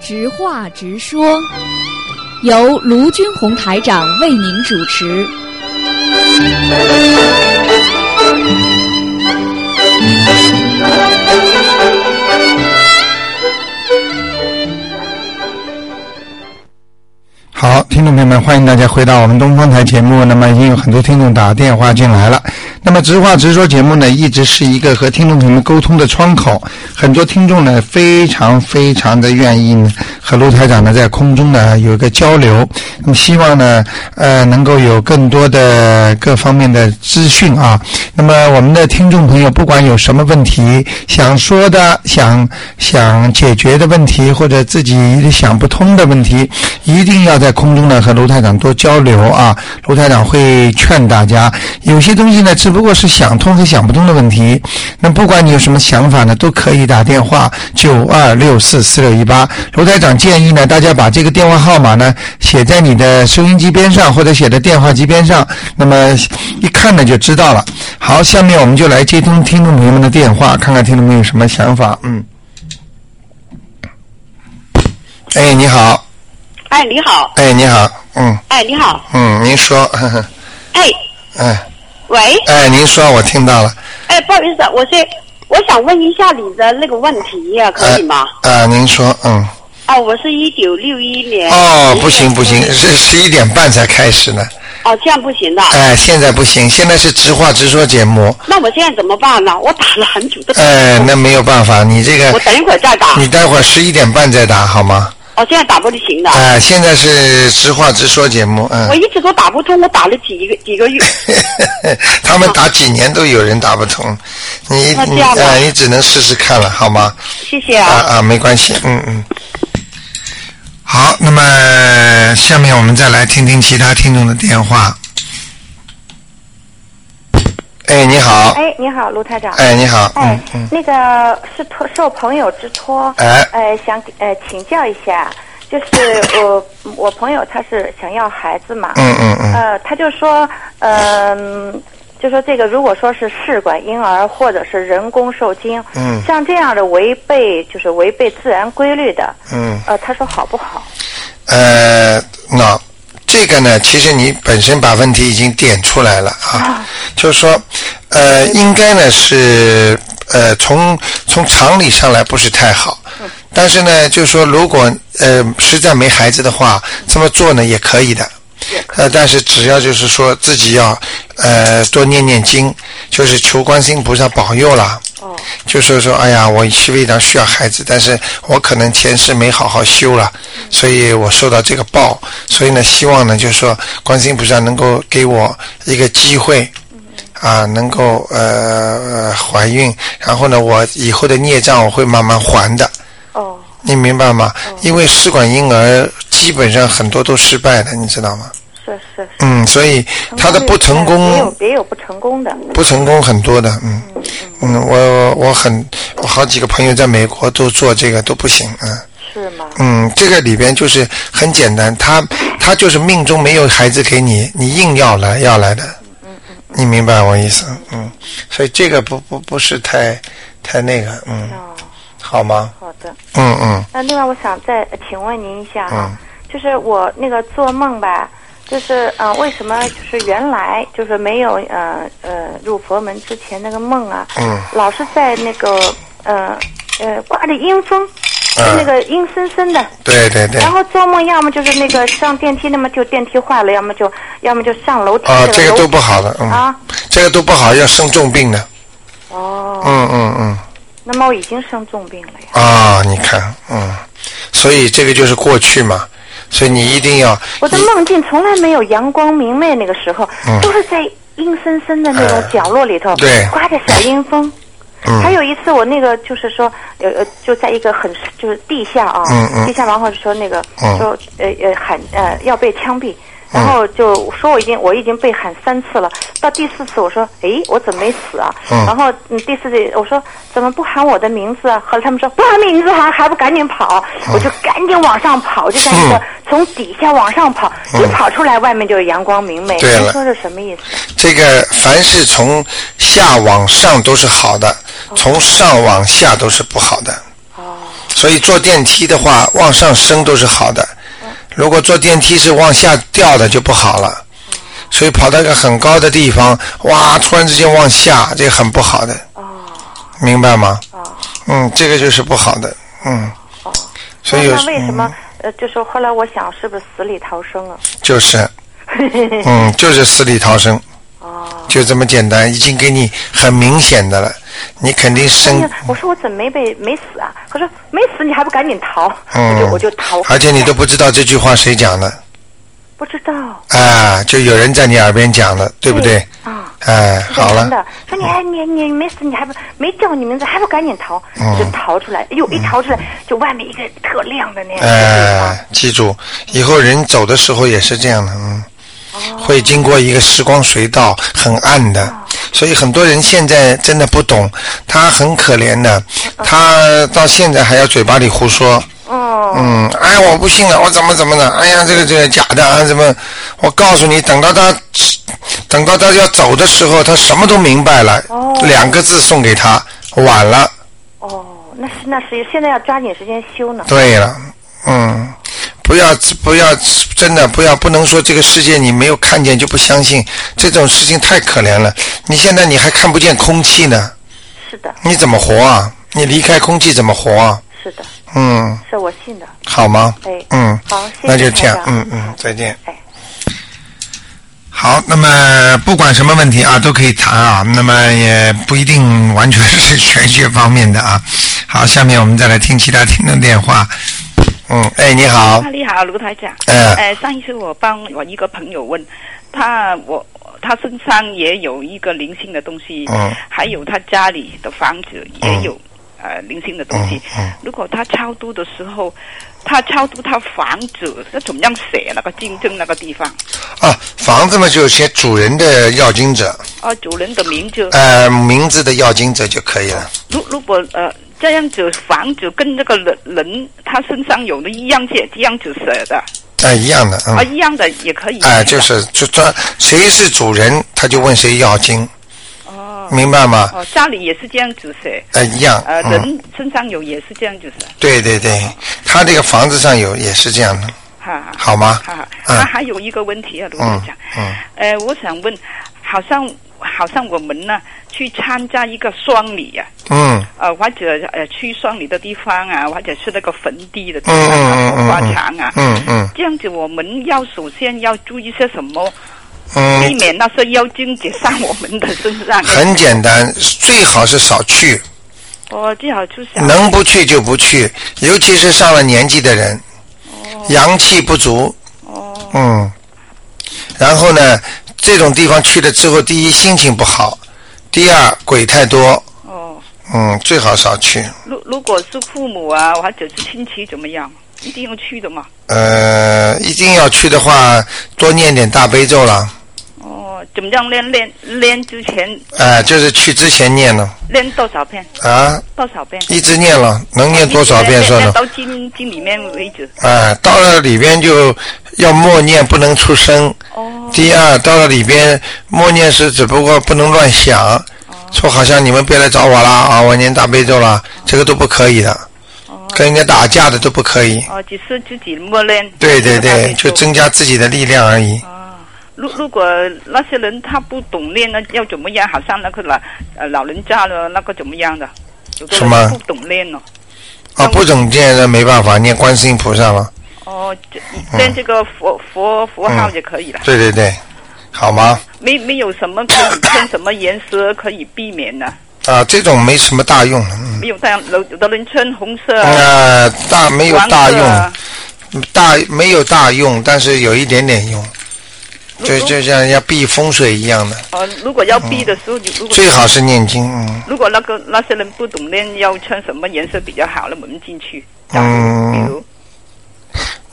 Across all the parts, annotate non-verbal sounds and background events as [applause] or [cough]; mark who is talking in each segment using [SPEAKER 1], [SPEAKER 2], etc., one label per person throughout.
[SPEAKER 1] 直话直说，由卢军红台长为您主持。
[SPEAKER 2] 好，听众朋友们，欢迎大家回到我们东方台节目。那么已经有很多听众打电话进来了。那么直话直说节目呢，一直是一个和听众朋友们沟通的窗口。很多听众呢，非常非常的愿意呢和卢台长呢在空中呢有一个交流。那么希望呢，呃，能够有更多的各方面的资讯啊。那么我们的听众朋友，不管有什么问题想说的、想想解决的问题，或者自己想不通的问题，一定要在空中呢和卢台长多交流啊。卢台长会劝大家，有些东西呢只不过是想通和想不通的问题。那不管你有什么想法呢，都可以打电话九二六四四六一八。卢台长建议呢，大家把这个电话号码呢写在你的收音机边上，或者写在电话机边上，那么一看呢就知道了。好，下面我们就来接通听众朋友们的电话，看看听众朋友有什么想法。嗯，哎，你好，
[SPEAKER 3] 哎，你好，
[SPEAKER 2] 哎，你好，嗯
[SPEAKER 3] 哎，你好，
[SPEAKER 2] 嗯，您说， [laughs] 呵呵
[SPEAKER 3] 哎，
[SPEAKER 2] 哎
[SPEAKER 3] 喂，
[SPEAKER 2] 哎，您说，我听到了，
[SPEAKER 3] 哎，不好意思，我是我想问一下你的那个问题呀、可以吗？
[SPEAKER 2] 啊、您说，嗯，
[SPEAKER 3] 啊，我是一九六一年。
[SPEAKER 2] 哦，不行不行，是十一点半才开始呢，
[SPEAKER 3] 哦，这样不行的。
[SPEAKER 2] 哎，现在不行，现在是直话直说节目，
[SPEAKER 3] 那我现在怎么办呢？我打了很久的。
[SPEAKER 2] 哎，那没有办法，你这
[SPEAKER 3] 我
[SPEAKER 2] 个，
[SPEAKER 3] 等一会儿再打。
[SPEAKER 2] 你待会儿十一点半再打好吗？
[SPEAKER 3] 哦，这样打不就行的。
[SPEAKER 2] 哎，现在是直话直说节目，嗯 [laughs]
[SPEAKER 3] 我。一直都打不通，我打了几个几个月。
[SPEAKER 2] 他们打几年都有人打不通，你
[SPEAKER 3] 那这
[SPEAKER 2] 你
[SPEAKER 3] 样吧
[SPEAKER 2] 啊，你只能试试看了，好吗？
[SPEAKER 3] 谢谢
[SPEAKER 2] 啊
[SPEAKER 3] 啊。
[SPEAKER 2] 啊，没关系，嗯嗯。好，那么下面我们再来听听其他听众的电话。哎，你好，
[SPEAKER 4] 哎，你好，卢台长。
[SPEAKER 2] 哎，你好，
[SPEAKER 4] 哎
[SPEAKER 2] 嗯嗯，
[SPEAKER 4] 那个是托受朋友之托，
[SPEAKER 2] 哎
[SPEAKER 4] 呃，想给呃请教一下，就是我 [coughs] 我朋友他是想要孩子嘛，
[SPEAKER 2] 嗯嗯嗯
[SPEAKER 4] 呃，他就说，嗯、就说这个如果说是试管婴儿或者是人工受精，
[SPEAKER 2] 嗯
[SPEAKER 4] 像这样的违背就是违背自然规律的，
[SPEAKER 2] 嗯，
[SPEAKER 4] 呃，他说好不好？
[SPEAKER 2] 呃，那这个呢，其实你本身把问题已经点出来了啊，就是说，呃，应该呢是呃从从常理上来不是太好，但是呢，就是说如果呃实在没孩子的话，这么做呢也可以的。呃，但是只要就是说自己要，呃，多念念经，就是求观世音菩萨保佑啦。
[SPEAKER 4] 哦，
[SPEAKER 2] 就是说，哎呀，我非常需要孩子，但是我可能前世没好好修了，所以我受到这个报，所以呢，希望呢，就是说，观世音菩萨能够给我一个机会，啊，能够呃呃怀孕，然后呢，我以后的孽障我会慢慢还的，
[SPEAKER 4] 哦，
[SPEAKER 2] 你明白吗？因为试管婴儿基本上很多都失败的，你知道吗？
[SPEAKER 4] 是是是。
[SPEAKER 2] 嗯，所以他的不成
[SPEAKER 4] 也有
[SPEAKER 2] 功
[SPEAKER 4] 也有不成功的，
[SPEAKER 2] 不成功很多的，嗯嗯，我我我很我好几个朋友在美国都做这个都不行，嗯
[SPEAKER 4] 是吗？
[SPEAKER 2] 嗯，这个里边就是很简单，他他就是命中没有孩子给你，你硬要来要来的，
[SPEAKER 4] 嗯
[SPEAKER 2] 你明白我意思？嗯，所以这个不不不是太太那个，嗯，
[SPEAKER 4] 哦，
[SPEAKER 2] 好吗？
[SPEAKER 4] 好的。
[SPEAKER 2] 嗯嗯
[SPEAKER 4] 那另外，我想再呃请问您一下哈、就是我那个做梦吧，就是呃，为什么就是原来就是没有呃呃入佛门之前那个梦啊，
[SPEAKER 2] 嗯
[SPEAKER 4] 老是在那个呃呃刮着阴风，就那个阴森森的，
[SPEAKER 2] 对对嗯对。
[SPEAKER 4] 然后做梦要么就是那个上电梯，那么就电梯坏了，要么就要么就上楼梯
[SPEAKER 2] 啊，
[SPEAKER 4] 这
[SPEAKER 2] 这
[SPEAKER 4] 个
[SPEAKER 2] 个
[SPEAKER 4] 楼
[SPEAKER 2] 都不好的，嗯，
[SPEAKER 4] 啊
[SPEAKER 2] 这个都不好，要生重病的，
[SPEAKER 4] 哦，
[SPEAKER 2] 嗯嗯嗯，
[SPEAKER 4] 那么我已经生重病了呀，
[SPEAKER 2] 啊，你看，嗯，所以这个就是过去嘛，所以你一定要，
[SPEAKER 4] 我的
[SPEAKER 2] 你嗯
[SPEAKER 4] 梦境从来没有阳光明媚那个时候，都是在阴森森的那种角落里头，
[SPEAKER 2] 哎对嗯
[SPEAKER 4] 刮着小阴风。还有一次，我那个就是说，呃呃，就在一个很就是地下啊，
[SPEAKER 2] 嗯嗯
[SPEAKER 4] 地下，然后就说那个、
[SPEAKER 2] 嗯
[SPEAKER 4] 说呃呃喊呃要被枪毙，然后就说我已经我已经被喊三次了，到第四次我说诶我怎么没死啊？
[SPEAKER 2] 嗯
[SPEAKER 4] 然后嗯第四次我说怎么不喊我的名字啊？后来他们说不喊名字啊还还不赶紧跑，我就赶紧往上跑，就在那个
[SPEAKER 2] 嗯
[SPEAKER 4] 从底下往上跑，一跑出来外面就是阳光明媚。
[SPEAKER 2] 对了
[SPEAKER 4] 您说是什么意思？
[SPEAKER 2] 这个凡是从下往上都是好的，从上往下都是不好的。所以坐电梯的话，往上升都是好的。如果坐电梯是往下掉的，就不好了。所以跑到一个很高的地方，哇，突然之间往下，这个很不好的。明白吗？嗯，这个就是不好的。嗯，所以有
[SPEAKER 4] 哦
[SPEAKER 2] 嗯
[SPEAKER 4] 那为什么？呃，就是后来我想，是不是死里逃生啊？
[SPEAKER 2] 就是，嗯，就是死里逃生，
[SPEAKER 4] 哦，
[SPEAKER 2] 就这么简单，已经给你很明显的了，你肯定
[SPEAKER 4] 哎
[SPEAKER 2] 生
[SPEAKER 4] 呀，， [laughs] 我说我怎么没被没死啊？他说没死，你还不赶紧逃？我
[SPEAKER 2] 嗯
[SPEAKER 4] 就我就逃，，
[SPEAKER 2] 而且你都不知道这句话谁讲的。
[SPEAKER 4] 不知道，
[SPEAKER 2] 啊，就有人在你耳边讲了，对不对？
[SPEAKER 4] 啊，
[SPEAKER 2] 哎，好
[SPEAKER 4] 真
[SPEAKER 2] 了
[SPEAKER 4] 的，，说你还你你没死，你还不没叫你名字，还不赶紧逃？
[SPEAKER 2] 嗯
[SPEAKER 4] 就逃出来，哎呦，一逃出来就外面一个特亮的那样的地方，
[SPEAKER 2] 哎，记住，以后人走的时候也是这样的，嗯，
[SPEAKER 4] 哦
[SPEAKER 2] 会经过一个时光隧道，很暗的。所以很多人现在真的不懂，他很可怜的，他到现在还要嘴巴里胡说。
[SPEAKER 4] 嗯，
[SPEAKER 2] 嗯，哎，我不信了，我怎么怎么的？哎呀，这个这个假的啊，怎么？我告诉你，等到他，等到他要走的时候，他什么都明白了。
[SPEAKER 4] 哦
[SPEAKER 2] 两个字送给他，晚了。
[SPEAKER 4] 哦，那是那是，现在要抓紧时间修呢。
[SPEAKER 2] 对了，嗯，不要不要，真的不要不能说这个世界你没有看见就不相信，这种事情太可怜了。你现在你还看不见空气呢，
[SPEAKER 4] 是的，
[SPEAKER 2] 你怎么活啊？你离开空气怎么活啊？
[SPEAKER 4] 是的，
[SPEAKER 2] 嗯，
[SPEAKER 4] 是我信的。
[SPEAKER 2] 好吗？
[SPEAKER 4] 哎
[SPEAKER 2] 嗯，
[SPEAKER 4] 好谢谢
[SPEAKER 2] 那就这样
[SPEAKER 4] 台，长
[SPEAKER 2] 嗯嗯，再见。
[SPEAKER 4] 哎
[SPEAKER 2] 好，那么不管什么问题啊，都可以谈啊。那么也不一定完全是玄学方面的啊。 [laughs] 好，下面我们再来听其他听众电话。嗯，哎，你好
[SPEAKER 5] 啊，，你好，卢台长。
[SPEAKER 2] 嗯
[SPEAKER 5] 呃，上一次我帮我一个朋友问，他我他身上也有一个灵性的东西，
[SPEAKER 2] 嗯
[SPEAKER 5] 还有他家里的房子也有、呃灵性的东西。
[SPEAKER 2] 嗯嗯
[SPEAKER 5] 如果他超度的时候，他超度他房子，那怎么样写那个竞争那个地方？
[SPEAKER 2] 啊，房子嘛，就写主人的要经者，
[SPEAKER 5] 哦，主人的名字。
[SPEAKER 2] 呃，名字的要经者就可以了。
[SPEAKER 5] 如如果呃这样子房子跟那个人人他身上有的一样写这样子写的、
[SPEAKER 2] 啊、一样的，嗯，
[SPEAKER 5] 啊
[SPEAKER 2] 哎、
[SPEAKER 5] 一样的也可以。
[SPEAKER 2] 就是就专谁是主人，他就问谁要经，
[SPEAKER 5] 哦
[SPEAKER 2] 明白吗？
[SPEAKER 5] 哦，家里也是这样子写。
[SPEAKER 2] 哎、一样，
[SPEAKER 5] 呃，
[SPEAKER 2] 嗯，
[SPEAKER 5] 人身上有也是这样，就是
[SPEAKER 2] 对对对，他这个房子上有也是这样的，
[SPEAKER 5] 哈。
[SPEAKER 2] 好吗？
[SPEAKER 5] 哈哈，
[SPEAKER 2] 嗯
[SPEAKER 5] 那还有一个问题啊，卢
[SPEAKER 2] 嗯
[SPEAKER 5] 队长，
[SPEAKER 2] 嗯，
[SPEAKER 5] 呃，我想问，好像好像我们呢去参加一个双礼呀、
[SPEAKER 2] 嗯
[SPEAKER 5] 啊，呃，或者呃去双礼的地方啊，或者是那个坟地的地方啊，
[SPEAKER 2] 嗯嗯嗯
[SPEAKER 5] 火化场啊，
[SPEAKER 2] 嗯嗯
[SPEAKER 5] 这样子我们要首先要注意些什么，避
[SPEAKER 2] 嗯，
[SPEAKER 5] 免那些妖精结上我们的身上。啊
[SPEAKER 2] 很简单，最好是少去，
[SPEAKER 5] 我最哦好就想
[SPEAKER 2] 能不去就不去，尤其是上了年纪的人，阳气不足，
[SPEAKER 5] 哦
[SPEAKER 2] 嗯，然后呢，这种地方去了之后，第一心情不好，第二鬼太多，
[SPEAKER 5] 哦，
[SPEAKER 2] 嗯，最好少去。
[SPEAKER 5] 如如果是父母啊，或者是亲戚怎么样，一定要去的嘛。
[SPEAKER 2] 呃，一定要去的话，多念点大悲咒了，
[SPEAKER 5] 哦，怎么样练练练之前
[SPEAKER 2] 呃，就是去之前念了
[SPEAKER 5] 练多少遍？
[SPEAKER 2] 啊，
[SPEAKER 5] 多少遍？
[SPEAKER 2] 一直念了，能念多少遍算
[SPEAKER 5] 练
[SPEAKER 2] 了。
[SPEAKER 5] 到经经里面为止。
[SPEAKER 2] 啊，到了里边就要默念，不能出声。
[SPEAKER 5] 哦
[SPEAKER 2] 第二，到了里边默念是只不过不能乱
[SPEAKER 5] 哦
[SPEAKER 2] 想，说好像你们别来找我啦啊，我念大悲咒啦，这个都不可以的，
[SPEAKER 5] 哦
[SPEAKER 2] 跟人家打架的都不可以。
[SPEAKER 5] 哦，只是自己默练。
[SPEAKER 2] 对对对，就
[SPEAKER 5] 真。
[SPEAKER 2] 增加自己的力量而已。
[SPEAKER 5] 啊，如如果那些人他不懂练，那要怎么样？好像那个老呃老人家了，那个怎么样的？有的
[SPEAKER 2] 什么
[SPEAKER 5] 人不懂练哦呢。
[SPEAKER 2] 啊，不总念那没办法，念观世音菩萨了。
[SPEAKER 5] 哦，这练这个佛佛佛号也可以了，
[SPEAKER 2] 对对对，好吗？
[SPEAKER 5] 没没有什么可以穿什么颜色可以避免呢？
[SPEAKER 2] 啊，这种没什么大用，嗯，
[SPEAKER 5] 没有这样，有有的人穿红色啊，
[SPEAKER 2] 呃，大没有
[SPEAKER 5] 黄色
[SPEAKER 2] 大
[SPEAKER 5] 啊
[SPEAKER 2] 用，大没有大用，但是有一点点用，
[SPEAKER 5] 嗯
[SPEAKER 2] 就就像人家避风水一样的，
[SPEAKER 5] 哦，如果要避的时候，你如果
[SPEAKER 2] 最好是念经，嗯。
[SPEAKER 5] 如果那个那些人不懂练，要穿什么颜色比较好，那我们进去。
[SPEAKER 2] 嗯
[SPEAKER 5] 比如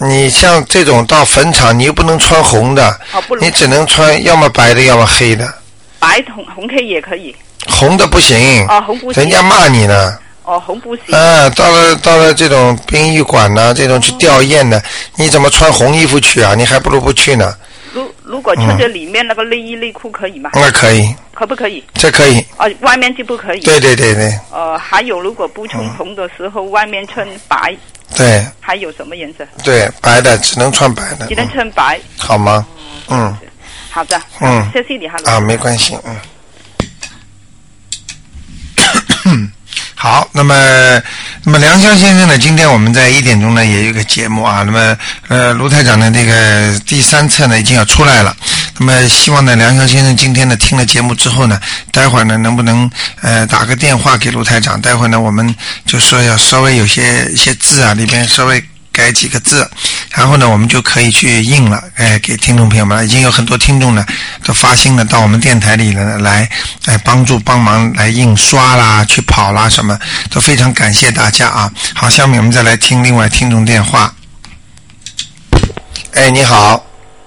[SPEAKER 2] 你像这种到坟场，你又不能穿红的，
[SPEAKER 5] 哦，不
[SPEAKER 2] 你
[SPEAKER 5] 能
[SPEAKER 2] 只能穿要么白的，要么黑的，
[SPEAKER 5] 白红红黑也可以。
[SPEAKER 2] 红的不行，
[SPEAKER 5] 哦，红不行。
[SPEAKER 2] 嗯人家骂你呢。
[SPEAKER 5] 哦，红不行。
[SPEAKER 2] 啊，到了到了这种殡仪馆呢、这种去吊唁的，你怎么穿红衣服去啊？你还不如不去呢。嗯
[SPEAKER 5] 如如果穿着里面那个内衣内裤可以吗？
[SPEAKER 2] 那可以，
[SPEAKER 5] 可不可以？
[SPEAKER 2] 这可以。
[SPEAKER 5] 哦，外面就不可以。
[SPEAKER 2] 对对对对
[SPEAKER 5] 呃，还有，如果不冲红的时候，外面穿白，
[SPEAKER 2] 对
[SPEAKER 5] 还有什么颜色？
[SPEAKER 2] 对，白的只能穿白的，
[SPEAKER 5] 只能
[SPEAKER 2] 嗯
[SPEAKER 5] 穿白。
[SPEAKER 2] 好吗？嗯
[SPEAKER 5] 好的，
[SPEAKER 2] 嗯
[SPEAKER 5] 谢谢你哈，罗
[SPEAKER 2] 啊，没关系，嗯。嗯 [coughs] 好，那么，那么梁湘先生呢？今天我们在一点钟呢也有一个节目啊。那么，呃，卢台长的这个第三册呢已经要出来了。那么，希望呢梁湘先生今天呢听了节目之后呢，待会儿呢能不能呃打个电话给卢台长？待会儿呢我们就说要稍微有些一些字啊里边稍微改几个字，然后呢我们就可以去印了，哎、给听众朋友们了。已经有很多听众呢都发心了到我们电台里呢来，哎、帮助帮忙来印刷啦、去跑啦什么，都非常感谢大家啊。好，下面我们再来听另外听众电话。哎，你好，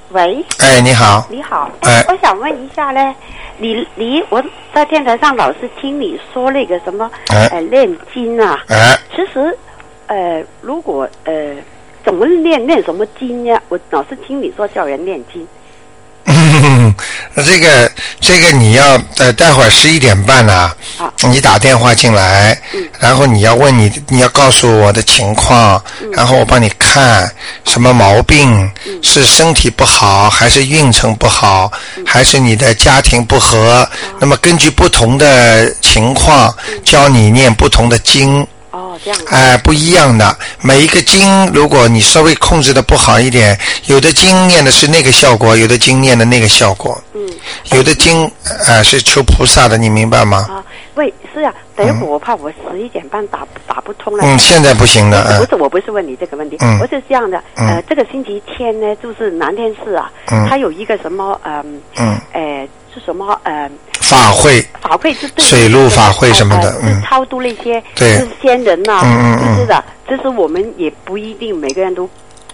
[SPEAKER 3] 喂，
[SPEAKER 2] 哎，你好，
[SPEAKER 3] 你好，
[SPEAKER 2] 哎
[SPEAKER 3] 我想问一下嘞，你你我在电台上老是听你说那个什么
[SPEAKER 2] 哎
[SPEAKER 3] 呃念经啊，
[SPEAKER 2] 哎，
[SPEAKER 3] 其实呃如果呃怎么念念什么经呀？我老是听你说叫人念经，
[SPEAKER 2] [laughs] 这个这个你要呃，待会儿十一点半呢、
[SPEAKER 3] 好
[SPEAKER 2] 你打电话进来，然后你要问你，你要告诉我的情况，然后我帮你看什么毛病，是身体不好，还是运程不好，还是你的家庭不和？那么根据不同的情况，教你念不同的经。
[SPEAKER 3] 哦这样啊，
[SPEAKER 2] 哎、不一样的。每一个经，如果你稍微控制的不好一点，有的经念的是那个效果，有的经念的那个效果。嗯。有的经啊、呃是求菩萨的，你明白吗？
[SPEAKER 3] 啊，喂，是啊，等一会儿我怕我十一点半打不打不通了。
[SPEAKER 2] 嗯，现在不行的，
[SPEAKER 3] 不
[SPEAKER 2] 嗯
[SPEAKER 3] 是，我不是问你这个问题，
[SPEAKER 2] 嗯
[SPEAKER 3] 我是这样的，呃，这个星期天呢，就是南天市啊，
[SPEAKER 2] 嗯
[SPEAKER 3] 它有一个什么，嗯，
[SPEAKER 2] 嗯，
[SPEAKER 3] 呃，是什么，呃，
[SPEAKER 2] 法会，
[SPEAKER 3] 法会是对
[SPEAKER 2] 水陆法会什么的
[SPEAKER 3] 呃呃
[SPEAKER 2] 嗯
[SPEAKER 3] 是超度那些
[SPEAKER 2] 对
[SPEAKER 3] 就是仙人呐、
[SPEAKER 2] 嗯嗯嗯
[SPEAKER 3] 是的，其实我们也不一定每个人都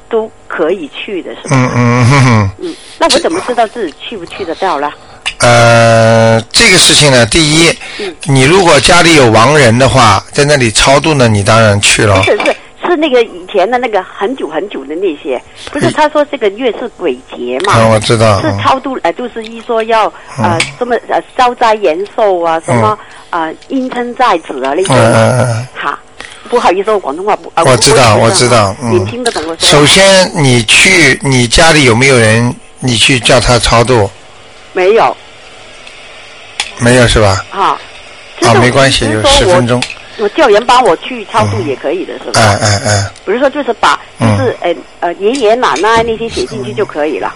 [SPEAKER 3] 都可以去的，是吧？
[SPEAKER 2] 嗯嗯哼哼。
[SPEAKER 3] 嗯，那我怎么知道自己去不去得到了？
[SPEAKER 2] 啊呃，这个事情呢，第一，你如果家里有亡人的话，在那里超度呢，你当然去了
[SPEAKER 3] 不。是是是那个以前的那个很久很久的那些，不是他说这个月是鬼节嘛？
[SPEAKER 2] 嗯，我知道。
[SPEAKER 3] 是
[SPEAKER 2] 嗯
[SPEAKER 3] 超度呃，就是一说要呃什么呃消灾延寿啊，什么呃阴称在子啊那些。
[SPEAKER 2] 嗯嗯嗯嗯
[SPEAKER 3] 好，不好意思，我广东话不。呃
[SPEAKER 2] 我知道我知道嗯
[SPEAKER 3] 你听得懂我说
[SPEAKER 2] 首
[SPEAKER 3] 吗？
[SPEAKER 2] 先，你去你家里有没有人？你去叫他超度，
[SPEAKER 3] 没有
[SPEAKER 2] 没有是吧？
[SPEAKER 3] 啊。
[SPEAKER 2] 啊，没关系，有十分。钟。
[SPEAKER 3] 我叫人帮我去超度也可以的，是
[SPEAKER 2] 哎
[SPEAKER 3] 吧？
[SPEAKER 2] 哎哎，
[SPEAKER 3] 比如说，就是把就
[SPEAKER 2] 嗯
[SPEAKER 3] 是呃呃爷爷奶奶那些写进去就可以了，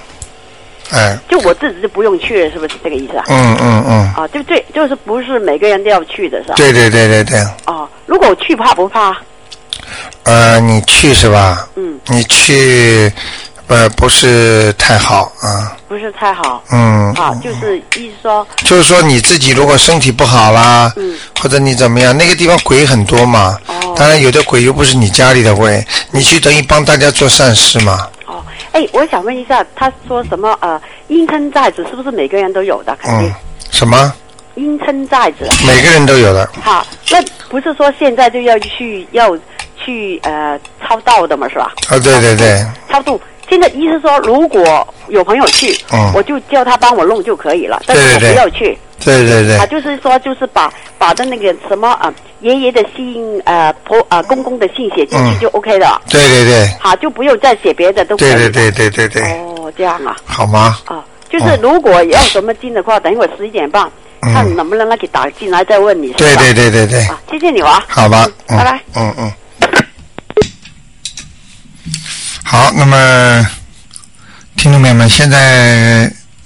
[SPEAKER 2] 哎，
[SPEAKER 3] 就我自己就不用去了，是不是这个意思啊？
[SPEAKER 2] 嗯嗯嗯，
[SPEAKER 3] 啊，就对，就是不是每个人都要去的是吧？
[SPEAKER 2] 对对对对对，
[SPEAKER 3] 哦，如果我去怕不怕？
[SPEAKER 2] 呃，你去是吧？
[SPEAKER 3] 嗯，
[SPEAKER 2] 你去，呃，不是太好啊，
[SPEAKER 3] 不是太好。
[SPEAKER 2] 嗯，
[SPEAKER 3] 啊，就是意思说，
[SPEAKER 2] 就是说你自己如果身体不好啦，或者你怎么样，那个地方鬼很多嘛。
[SPEAKER 3] 嗯哦
[SPEAKER 2] 当然，有的鬼又不是你家里的鬼，你去等于帮大家做善事嘛。
[SPEAKER 3] 哦，哎，我想问一下，他说什么呃，阴称在子是不是每个人都有的？肯
[SPEAKER 2] 嗯
[SPEAKER 3] 定，
[SPEAKER 2] 什么？
[SPEAKER 3] 阴称在子。
[SPEAKER 2] 每个人都有的。
[SPEAKER 3] 好，那不是说现在就要去要去呃超道的嘛，是吧？
[SPEAKER 2] 啊，对对对，
[SPEAKER 3] 超度。现在意思说，如果有朋友去，
[SPEAKER 2] 嗯
[SPEAKER 3] 我就叫他帮我弄就可以了，但是
[SPEAKER 2] 对
[SPEAKER 3] 我
[SPEAKER 2] 对对
[SPEAKER 3] 不要去。
[SPEAKER 2] 对对对
[SPEAKER 3] 啊，，就是说，就是把把的那个什么啊、呃爷爷的信呃婆呃公公的信写进去就 OK 了，
[SPEAKER 2] 对对对，
[SPEAKER 3] 好、就不用再写别的都可以
[SPEAKER 2] 嗯对
[SPEAKER 3] 了。
[SPEAKER 2] 对对对对嗯对，
[SPEAKER 3] 哦，这样啊，
[SPEAKER 2] 好吗？
[SPEAKER 3] 啊，就是如果要什么经的话，等一会儿十一点半，看你能不能让给打进来再问你。是
[SPEAKER 2] 嗯
[SPEAKER 3] 吧
[SPEAKER 2] 对对对对对，
[SPEAKER 3] 啊，谢谢你啊。
[SPEAKER 2] 好吧，嗯
[SPEAKER 3] 嗯拜拜。
[SPEAKER 2] 嗯嗯。好，那么听众朋友们，现在